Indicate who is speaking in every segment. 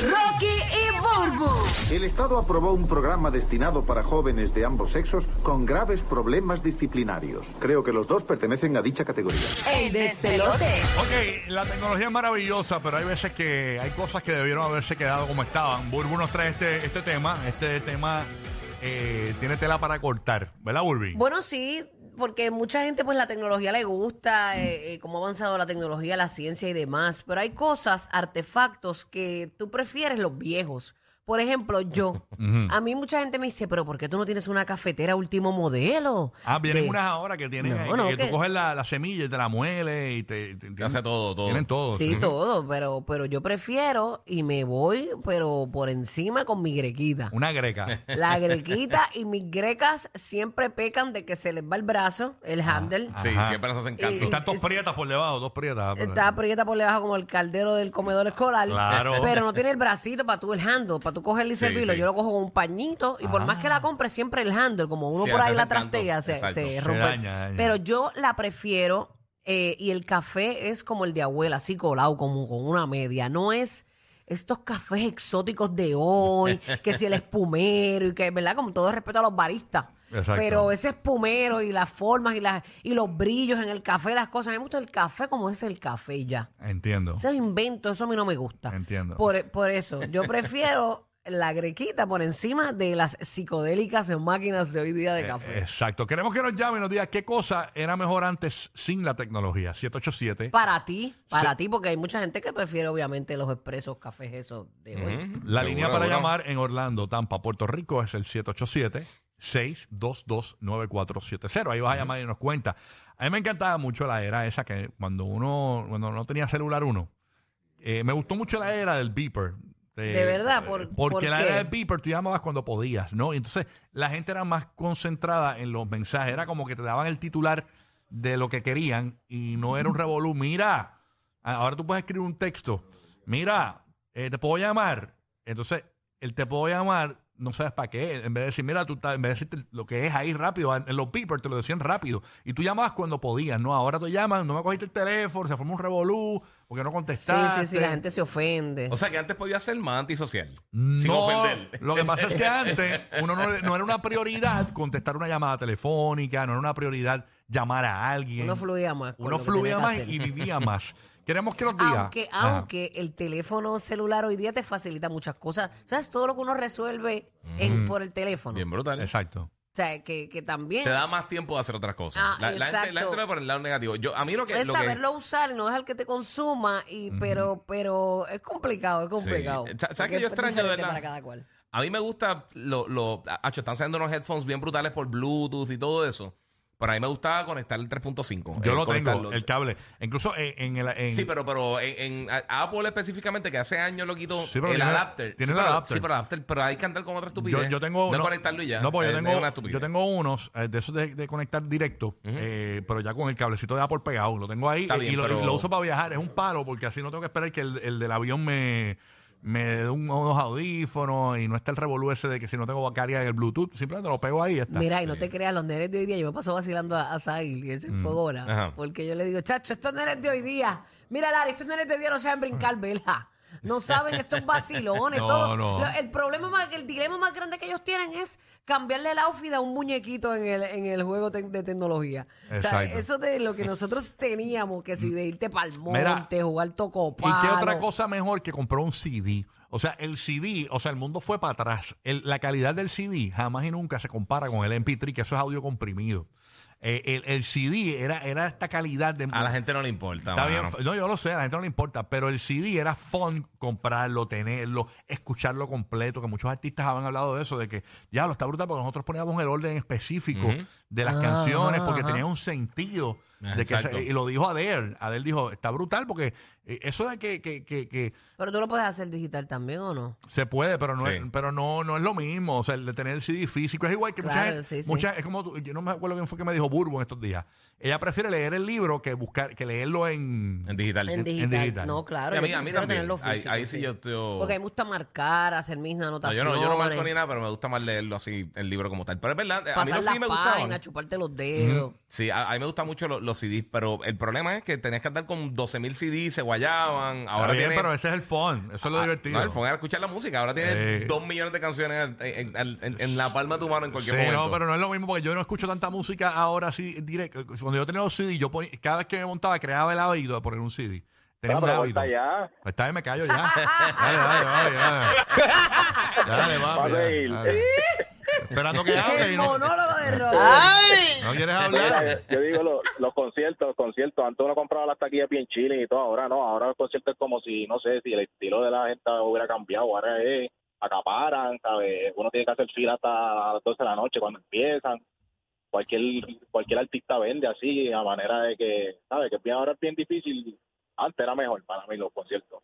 Speaker 1: Rocky y Burbu.
Speaker 2: El Estado aprobó un programa destinado para jóvenes de ambos sexos con graves problemas disciplinarios. Creo que los dos pertenecen a dicha categoría.
Speaker 1: El despelote.
Speaker 3: Ok, la tecnología es maravillosa, pero hay veces que hay cosas que debieron haberse quedado como estaban. Burbu nos trae este, este tema. Este tema eh, tiene tela para cortar, ¿verdad, Burbi?
Speaker 4: Bueno, sí, porque mucha gente, pues la tecnología le gusta, eh, eh, cómo ha avanzado la tecnología, la ciencia y demás, pero hay cosas, artefactos que tú prefieres los viejos. Por ejemplo, yo, a mí mucha gente me dice, pero ¿por qué tú no tienes una cafetera último modelo?
Speaker 3: Ah, vienen
Speaker 4: De-
Speaker 3: unas ahora que tienen
Speaker 4: No,
Speaker 3: ahí,
Speaker 4: no,
Speaker 3: que,
Speaker 4: que-
Speaker 3: tú coges la, la semilla y te la mueles y te, te-
Speaker 5: Que hace todo, todo.
Speaker 3: Tienen todo.
Speaker 4: Sí, todo, pero, pero yo prefiero y me voy, pero por encima con mi grequita.
Speaker 3: Una greca.
Speaker 4: La grequita y mis grecas siempre pecan de que se les va el brazo, el
Speaker 3: Ah,
Speaker 4: handle.
Speaker 5: Sí,
Speaker 3: Ajá.
Speaker 5: siempre nos hacen
Speaker 3: y
Speaker 5: canto.
Speaker 3: están dos
Speaker 4: es-
Speaker 3: prietas por debajo, dos prietas. pero-
Speaker 4: Está aprieta por debajo como el caldero del comedor escolar.
Speaker 3: Claro.
Speaker 4: Pero no tiene el bracito para tú el handle, para tú cogerle y servirlo.
Speaker 5: sí. Ah.
Speaker 4: Yo lo cojo con un pañito y por más que la compre, siempre el handle, como uno
Speaker 5: Sí,
Speaker 4: por
Speaker 5: hace
Speaker 4: ahí la
Speaker 5: ese encanto.
Speaker 4: trastea, se,
Speaker 5: Exacto.
Speaker 4: se
Speaker 5: Se
Speaker 4: rompe.
Speaker 3: daña, daña.
Speaker 4: Pero yo la prefiero eh, y el café es como el de abuela, así colado, como con una media. No es. Estos cafés exóticos de hoy, que si el espumero y que, ¿verdad? Con todo respeto a los baristas.
Speaker 3: Exacto.
Speaker 4: Pero ese espumero y las formas y, las, y los brillos en el café, las cosas. A mí me gusta el café como es el café y ya.
Speaker 3: Entiendo.
Speaker 4: Ese invento, eso a mí no me gusta.
Speaker 3: Entiendo.
Speaker 4: Por, por eso, yo prefiero la grequita por encima de las psicodélicas máquinas de hoy día
Speaker 3: Eh,
Speaker 4: de café.
Speaker 3: Exacto. Queremos que nos llame y nos diga qué cosa era mejor antes sin la tecnología. 787.
Speaker 4: Para ti, para ti, porque hay mucha gente que prefiere obviamente los expresos cafés esos de hoy.
Speaker 3: La línea para
Speaker 5: llamar
Speaker 3: llamar en Orlando, Tampa, Puerto Rico es el 787-622-9470. Ahí vas a llamar y nos cuenta. A mí me encantaba mucho la era esa que cuando uno cuando no tenía celular uno, eh, me gustó mucho la era del beeper.
Speaker 4: De verdad, por-
Speaker 3: porque
Speaker 4: ¿por
Speaker 3: la
Speaker 4: qué?
Speaker 3: era del beeper tú llamabas cuando podías, ¿no? Y entonces la gente era más concentrada en los mensajes. Era como que te daban el titular de lo que querían y no era un revolú. Mira, a- ahora tú puedes escribir un texto. Mira, eh, te puedo llamar. Entonces, el te puedo llamar, no sabes para qué. En vez de decir, mira, tú estás- en vez de decirte lo que es ahí rápido, a- en los beepers te lo decían rápido. Y tú llamabas cuando podías, ¿no? Ahora te llaman, no me cogiste el teléfono, se formó un revolú, porque no
Speaker 4: Sí,
Speaker 3: contestaste.
Speaker 4: sí, sí, la gente se ofende.
Speaker 5: O sea que antes podía ser más antisocial.
Speaker 3: No,
Speaker 5: Sin ofender.
Speaker 3: lo que pasa es que antes uno no, no era una prioridad contestar una llamada telefónica, no era una prioridad llamar a alguien.
Speaker 4: Uno fluía más con
Speaker 3: Uno
Speaker 4: lo que tenía
Speaker 3: fluía
Speaker 4: que
Speaker 3: más
Speaker 4: hacer.
Speaker 3: y vivía más. Queremos que nos diga.
Speaker 4: Aunque,
Speaker 3: Ajá.
Speaker 4: aunque el teléfono celular hoy día te facilita muchas cosas. ¿Sabes? Todo lo que uno resuelve en- por el teléfono.
Speaker 5: Mm. Bien brutal.
Speaker 3: Exacto.
Speaker 4: O sea, que, que también
Speaker 5: Te da más tiempo de hacer otras cosas.
Speaker 4: Ah,
Speaker 5: la, la gente, la
Speaker 4: exacto.
Speaker 5: gente lo ve por el lado negativo. Yo, a mí lo que.
Speaker 4: es
Speaker 5: lo que-
Speaker 4: saberlo usar y no dejar que te consuma. Y, pero, pero es complicado, es complicado.
Speaker 5: Sa- ¿sabes
Speaker 4: Porque
Speaker 5: qué yo
Speaker 4: es
Speaker 5: extraño, de
Speaker 4: diferente
Speaker 5: verdad?
Speaker 4: para cada cual.
Speaker 5: a mí me gusta. Lo, lo, acho, están saliendo unos headphones bien brutales por Bluetooth y todo eso. Pero a mí me gustaba conectar el 3.5.
Speaker 3: Yo
Speaker 5: eh,
Speaker 3: lo tengo,
Speaker 5: conectarlo.
Speaker 3: el cable. Incluso eh, en, el. en-
Speaker 5: Sí, pero, pero en, en a- Apple específicamente, que hace años lo quitó
Speaker 3: Sí, pero
Speaker 5: el
Speaker 3: tiene-
Speaker 5: adapter.
Speaker 3: tiene el
Speaker 5: sí, pero,
Speaker 3: adapter.
Speaker 5: Sí, pero adapter, pero hay que andar con otra estupidez.
Speaker 3: yo, yo tengo.
Speaker 5: No, conectarlo y ya.
Speaker 3: No, porque yo
Speaker 5: Es- es una
Speaker 3: tengo,
Speaker 5: estupidez.
Speaker 3: yo tengo unos eh, de esos de, de conectar directo, eh, pero ya con el cablecito de Apple pegado. Lo tengo ahí
Speaker 5: Está
Speaker 3: eh, y,
Speaker 5: bien,
Speaker 3: lo,
Speaker 5: pero-
Speaker 3: y lo uso para viajar. Es un palo porque así no tengo que esperar que el, el del avión me. Me dé un- unos audífonos y no está el revolú ese de que si no tengo carga en el Bluetooth, simplemente lo pego ahí y ya está.
Speaker 4: Mira, y no te creas, los nenes de hoy día, yo me paso vacilando a, a Zahil, y él
Speaker 3: Mm.
Speaker 4: se fue ahora,
Speaker 5: Ajá.
Speaker 4: porque yo le digo, chacho, estos nenes de hoy día, mira, Lara, estos nenes de hoy día no saben brincar, vela. No saben estos vacilones.
Speaker 3: No,
Speaker 4: todo.
Speaker 3: no.
Speaker 4: Lo- el problema más, el dilema más grande que ellos tienen es cambiarle el outfit a un muñequito en el, en el juego te- de tecnología. O sea,
Speaker 3: Exacto.
Speaker 4: eso de lo que nosotros teníamos, que si de irte para el monte,
Speaker 3: Mira,
Speaker 4: jugar tocopalo.
Speaker 3: ¿Y qué otra cosa mejor que comprar un CD? O sea, el CD, o sea, el mundo fue para atrás. El- la calidad del CD jamás y nunca se compara con el MP3, que eso es audio comprimido. Eh, el, el CD era, era esta calidad de...
Speaker 5: A la gente no le importa.
Speaker 3: Está bien,
Speaker 5: mano.
Speaker 3: no, yo lo sé, a la gente no le importa, pero el CD era fun comprarlo, tenerlo, escucharlo completo, que muchos artistas habían hablado de eso, de que, ya, lo está brutal, porque nosotros poníamos el orden específico de las
Speaker 4: Ah,
Speaker 3: canciones,
Speaker 4: ajá,
Speaker 3: porque
Speaker 4: ajá.
Speaker 3: tenía un sentido.
Speaker 5: Ah,
Speaker 3: De que se-
Speaker 5: exacto.
Speaker 3: y lo dijo Adele, Adele dijo, está brutal, porque eh, eso de que, que, que, que
Speaker 4: Pero tú lo puedes hacer digital también, ¿o no?
Speaker 3: se puede, pero no,
Speaker 5: Sí.
Speaker 3: es, pero no, no es lo mismo. O sea, el de tener el CD físico es igual que mucha
Speaker 4: Claro,
Speaker 3: gente.
Speaker 4: sí, sí.
Speaker 3: mucha- es como tú- yo no me acuerdo quién fue que me dijo Burbo en estos días. Ella prefiere leer el libro que buscar, que leerlo en,
Speaker 5: En digital.
Speaker 4: En digital.
Speaker 3: digital.
Speaker 4: No, claro.
Speaker 5: Sí, a
Speaker 4: yo
Speaker 5: mí- a mí
Speaker 4: prefiero
Speaker 5: también.
Speaker 4: tenerlo
Speaker 5: Ahí-
Speaker 4: físico,
Speaker 5: ahí sí yo estoy-
Speaker 4: Porque a mí me gusta marcar, hacer mis
Speaker 5: No,
Speaker 4: anotaciones.
Speaker 5: yo no, yo no marco ni nada, pero me gusta más leerlo así, el libro como tal. Pero es verdad, a mí
Speaker 4: Pasar
Speaker 5: lo que
Speaker 4: las
Speaker 5: sí me
Speaker 4: páginas,
Speaker 5: gustaba.
Speaker 3: Mm.
Speaker 4: chuparte los dedos.
Speaker 5: Sí, a, a mí me gusta mucho lo- los los CDs, pero el problema es que tenías que andar con 12.000 CDs, se guayaban. Ahora
Speaker 3: bien,
Speaker 5: tiene-
Speaker 3: pero ese es el fun. Eso es lo
Speaker 5: Ah,
Speaker 3: divertido.
Speaker 5: no, el fondo era escuchar la música. Ahora tienes
Speaker 3: Eh.
Speaker 5: dos millones de canciones al- en, en- en- en la palma de tu mano en
Speaker 3: Sí,
Speaker 5: cualquier momento.
Speaker 3: no, pero no es lo mismo porque yo no escucho tanta música ahora sí directo. Cuando yo tenía los CD, yo ponía- cada vez que me montaba creaba el hábito de poner un CD. Tenía
Speaker 6: Ah,
Speaker 3: un
Speaker 6: pero
Speaker 3: hábito.
Speaker 6: vuelta ya.
Speaker 3: Pues está bien, me callo ya. Dale, dale, dale, dale. Dale, papi,
Speaker 6: Vas a
Speaker 3: dale,
Speaker 6: ir.
Speaker 3: dale. Esperando que hable y
Speaker 4: El
Speaker 3: no,
Speaker 4: monólogo de Robert.
Speaker 3: Ah. no quieres
Speaker 6: Mira, eh.
Speaker 3: hablar.
Speaker 6: yo digo lo- los conciertos, los conciertos. Antes uno compraba las taquillas bien chiles y todo. Ahora no. Ahora los conciertos es como si, no sé, si el estilo de la gente hubiera cambiado. Ahora es acaparan, ¿sabes? Uno tiene que hacer fila hasta las 12 de la noche cuando empiezan. Cualquier cualquier artista vende así, a manera de que, ¿sabes? Que ahora es bien difícil. Antes era mejor para mí los conciertos.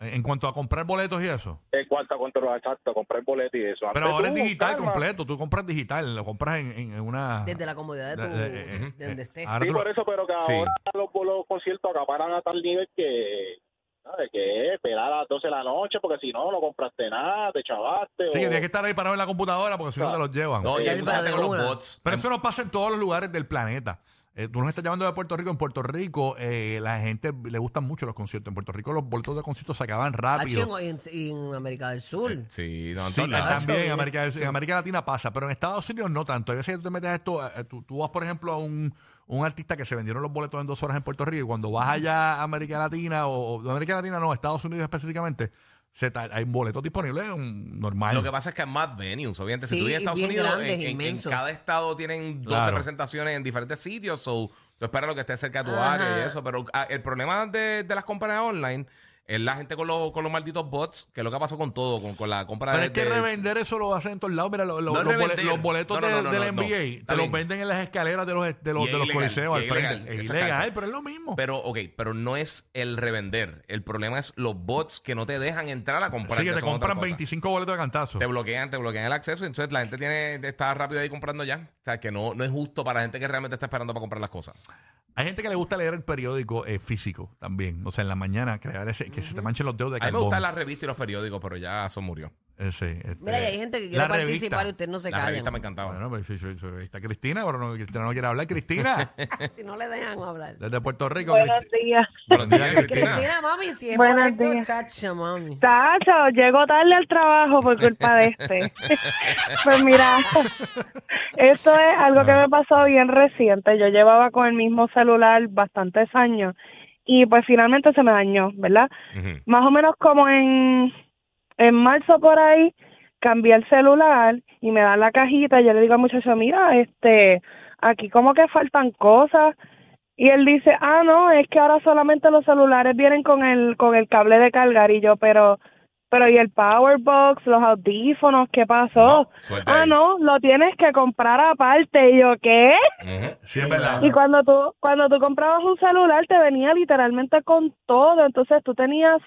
Speaker 3: En cuanto a comprar boletos y eso.
Speaker 6: En cuanto a control exacto, comprar boletos y eso.
Speaker 3: Pero
Speaker 6: Antes
Speaker 3: ahora es
Speaker 6: tú,
Speaker 3: digital
Speaker 6: calma.
Speaker 3: completo. Tú compras digital, lo compras en, en- en una.
Speaker 4: Desde la comodidad de tu.
Speaker 3: de- de- eh,
Speaker 4: de donde
Speaker 3: eh,
Speaker 4: estés.
Speaker 3: ahora
Speaker 6: Sí,
Speaker 3: tú lo-
Speaker 6: por eso, pero que
Speaker 5: Sí.
Speaker 6: ahora los, los conciertos acaparan a tal nivel que, ¿sabes qué? Esperar a las 12 de la noche, porque si no, no compraste nada, te chavaste.
Speaker 3: Sí, que
Speaker 6: o-
Speaker 3: tienes que estar ahí parado en la computadora porque si no te los llevan.
Speaker 5: No, y hay
Speaker 4: Sí,
Speaker 5: mucha
Speaker 4: pero
Speaker 5: gente
Speaker 4: de
Speaker 5: con
Speaker 4: una.
Speaker 5: los bots.
Speaker 3: Pero eso nos pasa en todos los lugares del planeta. Eh, tú nos estás llamando de Puerto Rico. En Puerto Rico, eh, la gente le gustan mucho los conciertos. En Puerto Rico, los boletos de conciertos se acaban rápido.
Speaker 4: Action en, en América del Sur.
Speaker 5: Sí, no, en
Speaker 3: Sí,
Speaker 5: todos lados.
Speaker 4: Tacho,
Speaker 3: también en
Speaker 4: bien.
Speaker 3: América, del Sur- en América Latina pasa, pero en Estados Unidos no tanto. Hay veces que tú te metes a esto, eh, tú, tú vas, por ejemplo, a un, un artista que se vendieron los boletos en dos horas en Puerto Rico y cuando vas allá a América Latina o, o- América Latina no, Estados Unidos específicamente, se tar- hay boletos disponibles un, normal.
Speaker 5: Lo que pasa es que hay más venues, obviamente.
Speaker 4: Sí,
Speaker 5: si tú vienes a
Speaker 4: y
Speaker 5: Estados
Speaker 4: bien
Speaker 5: Unidos,
Speaker 4: grandes,
Speaker 5: en- en, en
Speaker 4: inmensos.
Speaker 5: cada estado tienen 12
Speaker 3: Claro.
Speaker 5: presentaciones en diferentes sitios. So, tú esperas lo que esté cerca de tu
Speaker 4: Ajá.
Speaker 5: área y eso. Pero ah, el problema de, de las compras online es la gente con los, con los malditos bots, que es lo que pasó con todo, con, con la compra
Speaker 3: Pero
Speaker 5: de.
Speaker 3: es que
Speaker 5: de-
Speaker 3: revender eso lo hacen en todos lados. Mira, lo- lo-
Speaker 5: No es
Speaker 3: los, bole-
Speaker 5: revender.
Speaker 3: los boletos
Speaker 5: No, no,
Speaker 3: de-
Speaker 5: no, no,
Speaker 3: del
Speaker 5: no.
Speaker 3: NBA
Speaker 5: Está
Speaker 3: te los
Speaker 5: bien.
Speaker 3: venden en las escaleras de los, de los,
Speaker 5: Y es
Speaker 3: de los
Speaker 5: ilegal,
Speaker 3: coliseos
Speaker 5: y
Speaker 3: al
Speaker 5: es
Speaker 3: frente.
Speaker 5: ilegal,
Speaker 3: Es
Speaker 5: eso es
Speaker 3: ilegal,
Speaker 5: cárcel.
Speaker 3: pero es lo mismo.
Speaker 5: Pero, ok, pero no es el revender. El problema es los bots que no te dejan entrar a comprar.
Speaker 3: Así que te
Speaker 5: son otra
Speaker 3: compran
Speaker 5: cosa.
Speaker 3: 25 boletos de cantazo.
Speaker 5: Te bloquean, te bloquean el acceso. Entonces la gente tiene está rápido ahí comprando ya. O sea, que no, no es justo para la gente que realmente está esperando para comprar las cosas.
Speaker 3: Hay gente que le gusta leer el periódico eh, físico también. O sea, en la mañana, crear ese, que se te manchen los dedos de
Speaker 5: A mí me
Speaker 3: carbón.
Speaker 5: gustan las revistas y los periódicos, pero ya eso murió.
Speaker 3: Ese, este,
Speaker 4: Mira, y hay gente que
Speaker 3: la
Speaker 4: quiere
Speaker 3: revista.
Speaker 4: participar y ustedes no se
Speaker 5: La revista me
Speaker 4: callan.
Speaker 5: encantaba.
Speaker 3: Bueno, pues, sí, sí, sí, ahí está Cristina, pero no, Cristina no quiere hablar. Cristina,
Speaker 4: Si no le dejan hablar.
Speaker 3: desde Puerto Rico.
Speaker 7: Buenos
Speaker 3: Cristi-
Speaker 7: días.
Speaker 5: Buenos días,
Speaker 3: Cristina.
Speaker 5: Cristina.
Speaker 4: Cristina, mami, si es
Speaker 7: Buenos
Speaker 4: correcto,
Speaker 7: días.
Speaker 4: chacha, mami.
Speaker 7: Tacho, llego tarde al trabajo por culpa de este. pues mira, esto es algo que me pasó bien reciente. Yo llevaba con el mismo celular bastantes años y pues finalmente se me dañó, ¿verdad?
Speaker 5: Ujú.
Speaker 7: Más o menos como en, en marzo por ahí, cambié el celular y me dan la cajita y yo le digo al muchacho, mira, este, aquí como que faltan cosas. Y él dice, ah, no, es que ahora solamente los celulares vienen con el, con el cable de cargar. Y yo, pero, pero ¿y el power box, los audífonos, qué pasó?
Speaker 5: No, suelta
Speaker 7: ah,
Speaker 5: ahí.
Speaker 7: no, lo tienes que comprar aparte. Y yo, ¿qué?
Speaker 5: Ujú.
Speaker 3: Sí, es verdad.
Speaker 7: Y cuando tú, cuando tú comprabas un celular, te venía literalmente con todo. Entonces tú tenías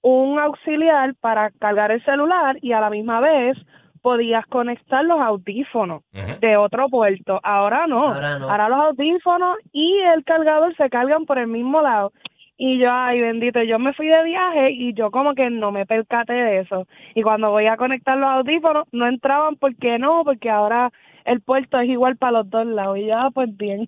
Speaker 7: un auxiliar para cargar el celular y a la misma vez podías conectar los audífonos
Speaker 5: Ujú.
Speaker 7: de otro puerto. Ahora no.
Speaker 4: Ahora no.
Speaker 7: los audífonos y el cargador se cargan por el mismo lado. Y yo, ay bendito, yo me fui de viaje y yo como que no me percaté de eso. Y cuando voy a conectar los audífonos, no entraban porque no, porque ahora el puerto es igual para los dos lados. Y ya, pues bien.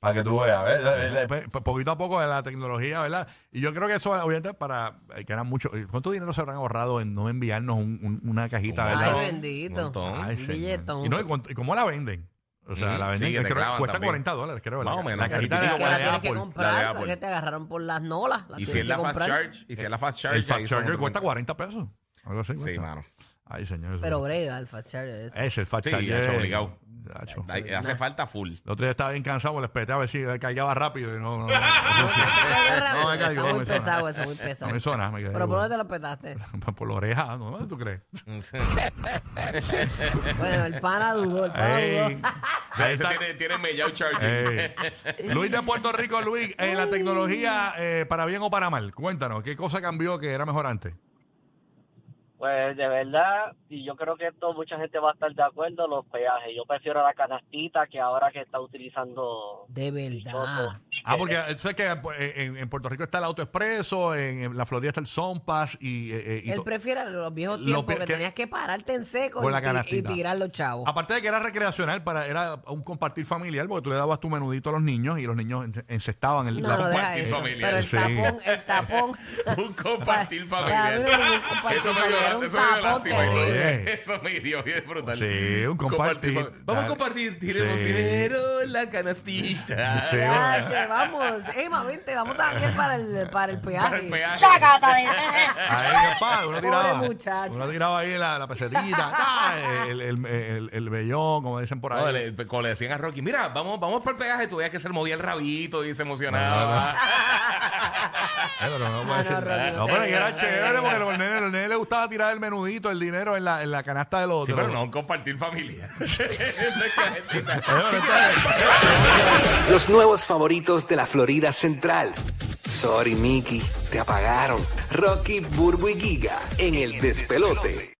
Speaker 3: Para que tú veas, ¿ves? Eh, eh, pues, pues, poquito a poco de la tecnología, ¿verdad? Y yo creo que eso, obviamente, para eh, que eran mucho. eh, ¿Cuánto dinero se habrán ahorrado en no enviarnos un- un- una cajita,
Speaker 5: Ay,
Speaker 3: verdad?
Speaker 4: Ay,
Speaker 5: no. Un
Speaker 4: bendito.
Speaker 5: montón.
Speaker 4: Un
Speaker 3: Ay, señor.
Speaker 4: billetón.
Speaker 3: Y, no, y, cuánto- y cómo la venden? O sea,
Speaker 5: Mm,
Speaker 3: la venden.
Speaker 5: sí, que te
Speaker 3: creo que
Speaker 5: clavan
Speaker 3: cuesta
Speaker 5: también.
Speaker 3: 40 dólares, creo. ¿verdad?
Speaker 5: Más o menos,
Speaker 3: La
Speaker 5: que
Speaker 3: cajita
Speaker 5: te
Speaker 3: de
Speaker 5: digo
Speaker 4: que
Speaker 3: la
Speaker 4: la
Speaker 3: de
Speaker 4: tienes que
Speaker 3: Apple.
Speaker 5: la de
Speaker 4: comprar
Speaker 5: Apple.
Speaker 4: porque te agarraron por las nolas. La
Speaker 5: Y si
Speaker 4: tienes
Speaker 5: es
Speaker 4: que
Speaker 5: la fast
Speaker 4: comprar.
Speaker 5: charge, y si es la fast charge.
Speaker 3: El
Speaker 5: ahí
Speaker 3: Fast
Speaker 5: son
Speaker 3: Charger
Speaker 5: otro
Speaker 3: cuesta
Speaker 5: cuento.
Speaker 3: 40 pesos. Algo así.
Speaker 5: Sí,
Speaker 3: cuesta.
Speaker 5: mano.
Speaker 3: Ay, señor. eso-
Speaker 4: Pero brega, el fast charger. ese.
Speaker 3: Ese, el Fast
Speaker 5: Sí,
Speaker 3: Charger.
Speaker 5: hecho, obligado.
Speaker 3: Hacho.
Speaker 5: Ahí- Hace falta full.
Speaker 3: El otro día estaba bien cansado, le esperé a ver si cargaba rápido y no. No, no,
Speaker 4: Está
Speaker 3: me cayó.
Speaker 4: muy
Speaker 3: me sonó.
Speaker 4: pesado ese, muy
Speaker 3: No
Speaker 4: pesado.
Speaker 3: me suena, me quedé.
Speaker 4: Pero ¿por dónde te lo petaste?
Speaker 3: por, por la oreja, ¿no? ¿Tú crees?
Speaker 4: Bueno, el pana dudó, el pana
Speaker 3: Ey,
Speaker 4: dudó.
Speaker 3: ahí
Speaker 5: Ese
Speaker 3: está. Eh.
Speaker 5: tiene, tiene mellao charger.
Speaker 3: Ey. Luis de Puerto Rico, Luis, eh, la tecnología, eh, para bien o para mal, cuéntanos, ¿qué cosa cambió que era mejor antes?
Speaker 8: Pues de verdad, y yo creo que esto mucha gente va a estar de acuerdo, los peajes. Yo prefiero la canastita que ahora que está utilizando
Speaker 4: De verdad.
Speaker 3: Ah, porque eh, sé que pues, eh, en, en Puerto Rico está el auto expreso, en, en la Florida está el Sonpas y, eh, eh, y
Speaker 4: Él
Speaker 3: to-
Speaker 4: prefiere los viejos
Speaker 3: Lo
Speaker 4: tiempos
Speaker 3: pe-
Speaker 4: que,
Speaker 3: que-
Speaker 4: tenías que pararte en seco
Speaker 3: Con
Speaker 4: y,
Speaker 3: la
Speaker 4: ti- y
Speaker 3: canastita. Ah,
Speaker 4: tirar los chavos.
Speaker 3: Aparte de que era recreacional, para, era un compartir familiar, porque tú le dabas tu menudito a los niños y los niños en- encestaban el
Speaker 4: No, no, deja
Speaker 5: compartir
Speaker 4: eso.
Speaker 5: familiar.
Speaker 4: Pero el
Speaker 3: Sí.
Speaker 4: tapón, el tapón.
Speaker 5: Un compartir
Speaker 4: Para- para
Speaker 5: familiar.
Speaker 4: mí no es un compartir
Speaker 5: Eso me
Speaker 4: familiar, era
Speaker 5: dio,
Speaker 4: un
Speaker 5: eso me dio
Speaker 4: tapón
Speaker 5: lástima.
Speaker 3: terrible.
Speaker 5: Eso me dio bien brutal.
Speaker 3: Sí, un compartir.
Speaker 5: fami- Vamos a
Speaker 3: Dale.
Speaker 5: compartir. Tiremos
Speaker 3: Sí.
Speaker 5: dinero en la canastita.
Speaker 3: Sí,
Speaker 4: Ya, che, vamos, Emma, vente, vamos a cambiar para el, para el peaje.
Speaker 5: Para el peaje.
Speaker 1: Chácata de tres.
Speaker 3: Ahí, papá, uno
Speaker 4: Pobre
Speaker 3: tiraba.
Speaker 4: muchacho.
Speaker 3: Uno tiraba ahí la, la pesetita, ta, el, el, el, el vellón, como dicen por ahí.
Speaker 5: No, eh, le- pues, como le decían a Rocky, mira, vamos, vamos para el peaje. Tú veías que se le movía el rabito y se emocionaba.
Speaker 3: Eh, pero no,
Speaker 4: Ah, No, no,
Speaker 3: puede decir
Speaker 4: Rodrigo,
Speaker 3: nada.
Speaker 4: no
Speaker 3: No,
Speaker 4: te
Speaker 3: pero que
Speaker 4: digas,
Speaker 3: era
Speaker 4: no te
Speaker 3: chévere
Speaker 4: digas.
Speaker 3: porque los nenes, los nenes les gustaba tirar el menudito, el dinero en la, en la canasta de los
Speaker 5: Sí,
Speaker 3: de
Speaker 5: pero
Speaker 3: los-
Speaker 5: no un compartir familiar. No es que la gente se-
Speaker 9: Los nuevos favoritos de la Florida Central. Sorry, Mickey, te apagaron. Rocky, Burbu y Giga en el despelote.